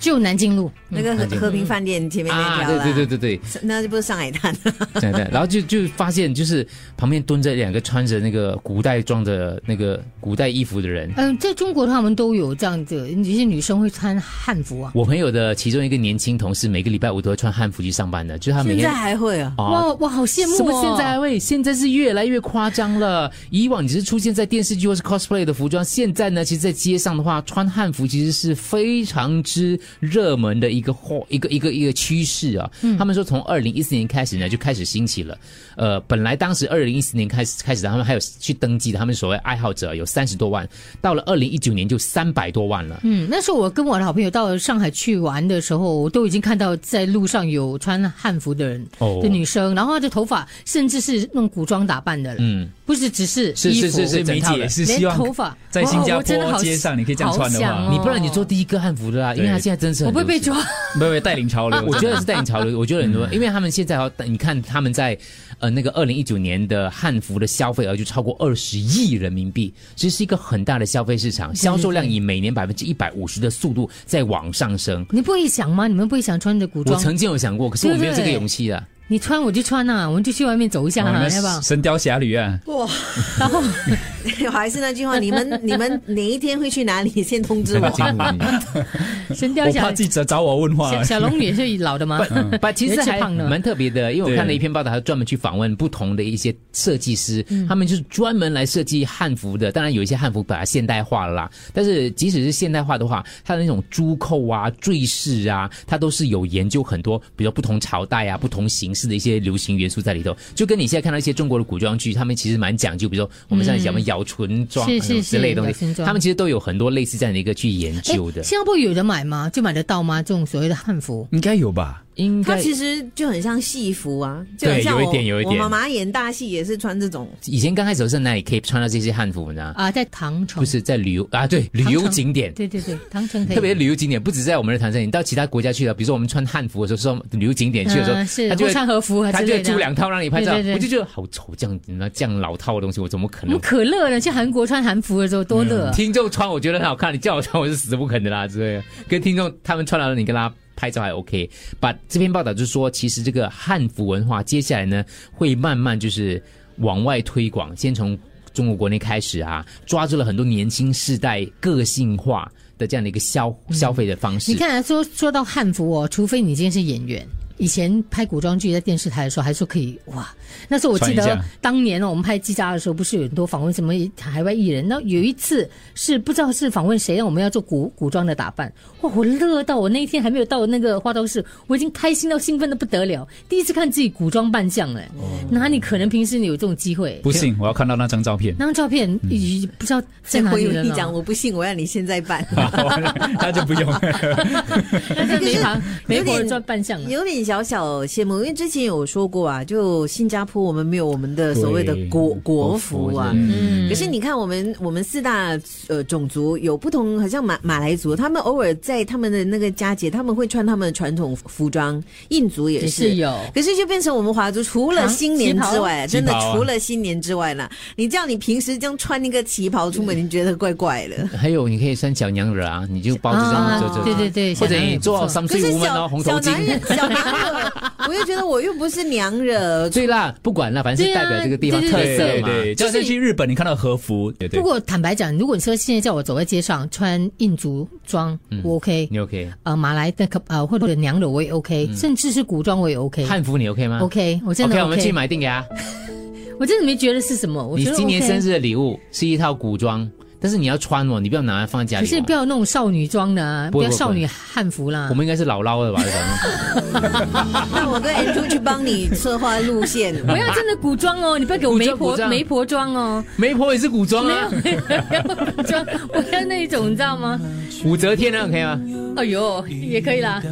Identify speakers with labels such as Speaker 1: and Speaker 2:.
Speaker 1: 就南京路，
Speaker 2: 那
Speaker 3: 嗯
Speaker 2: 个和和平饭店前面那
Speaker 3: 啊，
Speaker 2: 条
Speaker 3: 对
Speaker 2: 啦
Speaker 3: 对 对对对，
Speaker 2: 那就不是上海滩了。
Speaker 3: 对对，然后就就发现就是旁边蹲着两个穿着那个古代装的那个古代衣服的人。
Speaker 1: 嗯、在中国他们都有这样子，有些女生会穿汉服啊。
Speaker 3: 我朋友的其中一个年轻同事，每个礼拜五都会穿汉服去上班的，就是他每
Speaker 2: 现在
Speaker 3: 天
Speaker 2: 还会 啊？
Speaker 3: 哦
Speaker 1: 哇，我好羡慕、哦！
Speaker 3: 什么现在喂？现在是越来越夸张了。以往你是出现在电视剧或是 cosplay 的服装，现在呢，其实，在街上的话，穿汉服其实是非常之热门的一个货，一个一个一个趋势啊。
Speaker 1: 嗯
Speaker 3: 他们说从二零一四年开始呢，就开始兴起了。呃，本来当时二零一四年开始开始，他们还有去登记的，他们所谓爱好者有三十多万，到了二零一九年就三百多万了。
Speaker 1: 嗯，那时候我跟我的好朋友到上海去玩的时候，我都已经看到在路上有穿汉服的人、
Speaker 3: 哦
Speaker 1: 的女生，然后她的头发甚至是弄古装打扮的了，
Speaker 3: 嗯，
Speaker 1: 不是只是
Speaker 3: 是
Speaker 1: 衣服
Speaker 3: 是是是，
Speaker 4: 所以
Speaker 3: 整
Speaker 4: 梅
Speaker 3: 套的
Speaker 4: 姐是希
Speaker 1: 连
Speaker 4: 望
Speaker 1: 头发
Speaker 4: 在
Speaker 1: 哇
Speaker 4: 新加
Speaker 1: 我真的
Speaker 4: 坡
Speaker 1: 好
Speaker 4: 街上你可以这样穿的
Speaker 1: 好想
Speaker 4: 话，
Speaker 1: 哦
Speaker 3: 你不然你做第一个汉服的啊啦，因为他
Speaker 4: 对
Speaker 3: 现在真是
Speaker 1: 我
Speaker 3: 很
Speaker 1: 不会
Speaker 3: 流
Speaker 1: 被
Speaker 3: 行
Speaker 1: 抓。
Speaker 4: 没有没有带领潮
Speaker 1: 啊
Speaker 4: 流，啊
Speaker 3: 我觉得是带领潮流。我觉得很多，因为他们现在哦，你看他们在呃那个二零一九年的汉服的消费额就超过二十亿人民币，其实是一个很大的消费市场，销售量以每年百分之一百五十的速度在往上升。
Speaker 1: 你不会想吗？你们不会想穿着古
Speaker 3: 我
Speaker 1: 装？
Speaker 3: 曾经有想过，可是我没有
Speaker 1: 对
Speaker 3: 这个
Speaker 1: 对
Speaker 3: 勇气啊。
Speaker 1: 你穿我就穿呐、我们就去外面走一下
Speaker 4: 哦
Speaker 1: 啊，
Speaker 4: 你
Speaker 1: 要不
Speaker 4: 们
Speaker 1: 要？
Speaker 4: 神雕侠侣啊，
Speaker 2: 哇！ 然后还是那句话，你们你们哪一天会去哪里？先通知 我。啊
Speaker 3: 啊
Speaker 1: 神雕
Speaker 4: 我
Speaker 1: 侠
Speaker 4: 怕记者找我问
Speaker 3: 哦
Speaker 4: 话
Speaker 1: 小。小龙女是老的吗？
Speaker 3: 把其实
Speaker 1: 尤其
Speaker 3: 还
Speaker 1: 胖的
Speaker 3: 蛮特别的，因为我
Speaker 4: 对
Speaker 3: 看了一篇报道，还专门去访问不同的一些设计师，
Speaker 1: 嗯
Speaker 3: 他们就是专门来设计汉服的。当然有一些汉服把它现代化了啦，但是即使是现代化的话，它的那种珠扣啊、坠饰啊，它都是有研究很多，比如不同朝代啊、不同形式的一些流行元素在里头。就跟你现在看到一些中国的古装剧，他们其实蛮讲究，比如说我们上次讲的咬唇妆
Speaker 1: 是是是
Speaker 3: 之类的东
Speaker 1: 咬唇
Speaker 3: 西，
Speaker 1: 妆
Speaker 3: 他们其实都有很多类似这样的一个去研
Speaker 1: 哎
Speaker 3: 究的。
Speaker 1: 新加坡有人买吗？就买得到吗？这种所谓的汉服？
Speaker 4: 应该有吧？
Speaker 1: 哎
Speaker 3: 应
Speaker 2: 它
Speaker 3: 该
Speaker 2: 其实就很像戏服啊，就很
Speaker 3: 对
Speaker 2: 像
Speaker 3: 有一
Speaker 2: 我
Speaker 3: 点有一
Speaker 2: 我
Speaker 3: 点
Speaker 2: 妈妈演大戏也是穿这种，
Speaker 3: 以前刚开始的时候，哪里可以穿到这些汉服呢？
Speaker 1: 啊，在唐城
Speaker 3: 不是在旅游啊，对，旅游景点。
Speaker 1: 对对对，唐城可以。
Speaker 3: 特别旅游景点不止在我们的唐山，你到其他国家去了，比如说我们穿汉服的时候，说旅游景点去的时候，
Speaker 1: 嗯是
Speaker 3: 他就
Speaker 1: 会
Speaker 3: 会
Speaker 1: 穿和服啊
Speaker 3: 他
Speaker 1: 之
Speaker 3: 就
Speaker 1: 类
Speaker 3: 会
Speaker 1: 的
Speaker 3: 出。两套让你拍照，
Speaker 1: 对嗯对对
Speaker 3: 我就觉得好丑，这样子那这样老套的东西，我怎么可
Speaker 1: 我们
Speaker 3: 能？
Speaker 1: 可乐呢？去韩国穿韩服的时候多乐啊。
Speaker 3: 听众穿我觉得很好看，你叫我穿我是死不肯的啦，之类的。跟听众他们穿了，你跟他拍照还 OK。把这篇报道就是说，其实这个汉服文化接下来呢会慢慢就是往外推广，先从中国国内开始啊，抓住了很多年轻世代个性化的这样的一个消、消费的方式。
Speaker 1: 你看啊，说说到汉服哦，除非你今天是演员。以前拍古装剧在电视台的时候，还说可以哇。那时候我记
Speaker 4: 穿一
Speaker 1: 得
Speaker 4: 下
Speaker 1: 当年哦，我们拍《季家》的时候，不是有很多访问什么海外艺人？那有一次是不知道是访问谁，让我们要做古古装的打扮。哇，我乐到我那一天还没有到那个化妆室，我已经开心到兴奋的不得了。第一次看自己古装扮相，哎、哪里可能平时你有这种机会？
Speaker 4: 哦不信，我要看到那张照片。
Speaker 1: 那张照片、咦不知道在
Speaker 2: 所以
Speaker 1: 哪
Speaker 2: 我
Speaker 1: 里
Speaker 2: 有
Speaker 1: 了
Speaker 2: 一
Speaker 1: 呢
Speaker 2: 讲，我不信，我要你现在办。
Speaker 4: 那就不用。
Speaker 1: 那 在美行美
Speaker 2: 有点
Speaker 1: 国人装扮相啊。
Speaker 2: 有点小小羡慕，因为之前有说过啊，就新加坡我们没有我们的所谓的
Speaker 4: 对
Speaker 2: 国国服啊。
Speaker 1: 嗯
Speaker 2: 可是你看，我们我们四大呃种族有不同，好像马马来族，他们偶尔在他们的那个佳节，他们会穿他们的传统服装，印族也
Speaker 1: 也
Speaker 2: 是
Speaker 1: 是有
Speaker 2: 可是就变成我们华族，除了
Speaker 1: 啊
Speaker 2: 新年之外，真的
Speaker 4: 旗袍啊
Speaker 2: 除了新年之外啦，你叫你平时这样穿一个旗袍出门，你觉得怪怪的。
Speaker 3: 还有你可以穿小娘惹啊，你就啊包着这样
Speaker 1: 啊
Speaker 3: 走走，
Speaker 1: 对对对
Speaker 3: 或者
Speaker 1: 小娘惹
Speaker 3: 你做
Speaker 1: 不错
Speaker 3: 三
Speaker 2: 可
Speaker 3: 岁
Speaker 2: 是
Speaker 3: 无门哦，
Speaker 2: 小
Speaker 3: 红头
Speaker 2: 小
Speaker 3: 巾
Speaker 2: 男。人，小男人，我又觉得我又不是娘 惹，
Speaker 3: 对啦，不管啦，反正是
Speaker 1: 对啊
Speaker 3: 代表这个地方
Speaker 1: 对
Speaker 3: 特
Speaker 1: 对
Speaker 3: 色
Speaker 4: 对
Speaker 3: 嘛。
Speaker 4: 对，就像去日本，你看到和服，对对
Speaker 1: 不。过坦白讲，如果你说现在叫我走在街上穿印族装，我 OK，
Speaker 3: 嗯你嗯 OK？
Speaker 1: 呃，马来的可呃或者娘惹我也 OK，、甚至是古装我也 OK。
Speaker 3: 汉服你 OK 吗
Speaker 1: OK，我真的
Speaker 3: OK，我
Speaker 1: OK，,
Speaker 3: 们去买定给他。
Speaker 1: 我真的没觉得是什么。我
Speaker 3: 你
Speaker 1: 觉得
Speaker 3: 今年
Speaker 1: OK
Speaker 3: 生日的礼物是一套古装，但是你要穿哦，你不要拿来放在家
Speaker 1: 可
Speaker 3: 里、哦。
Speaker 1: 是不要啊那种少女装的啊，不
Speaker 3: 不会
Speaker 1: 要
Speaker 3: 不会
Speaker 1: 少女汉服啦
Speaker 3: 我。们应该是姥姥的吧？ 反
Speaker 2: 那我跟 Andrew 去帮你策划路线。
Speaker 1: 我要真的古装哦，你不要给我媒
Speaker 3: 古装古
Speaker 1: 婆
Speaker 3: 装
Speaker 1: 媒婆装哦，
Speaker 3: 正媒婆也是古装
Speaker 1: 没有。
Speaker 3: 啊
Speaker 1: 没有古装，我要那一种，你知道吗？
Speaker 3: 啊武则天那样可以吗？
Speaker 1: 哎呦，也可以啦。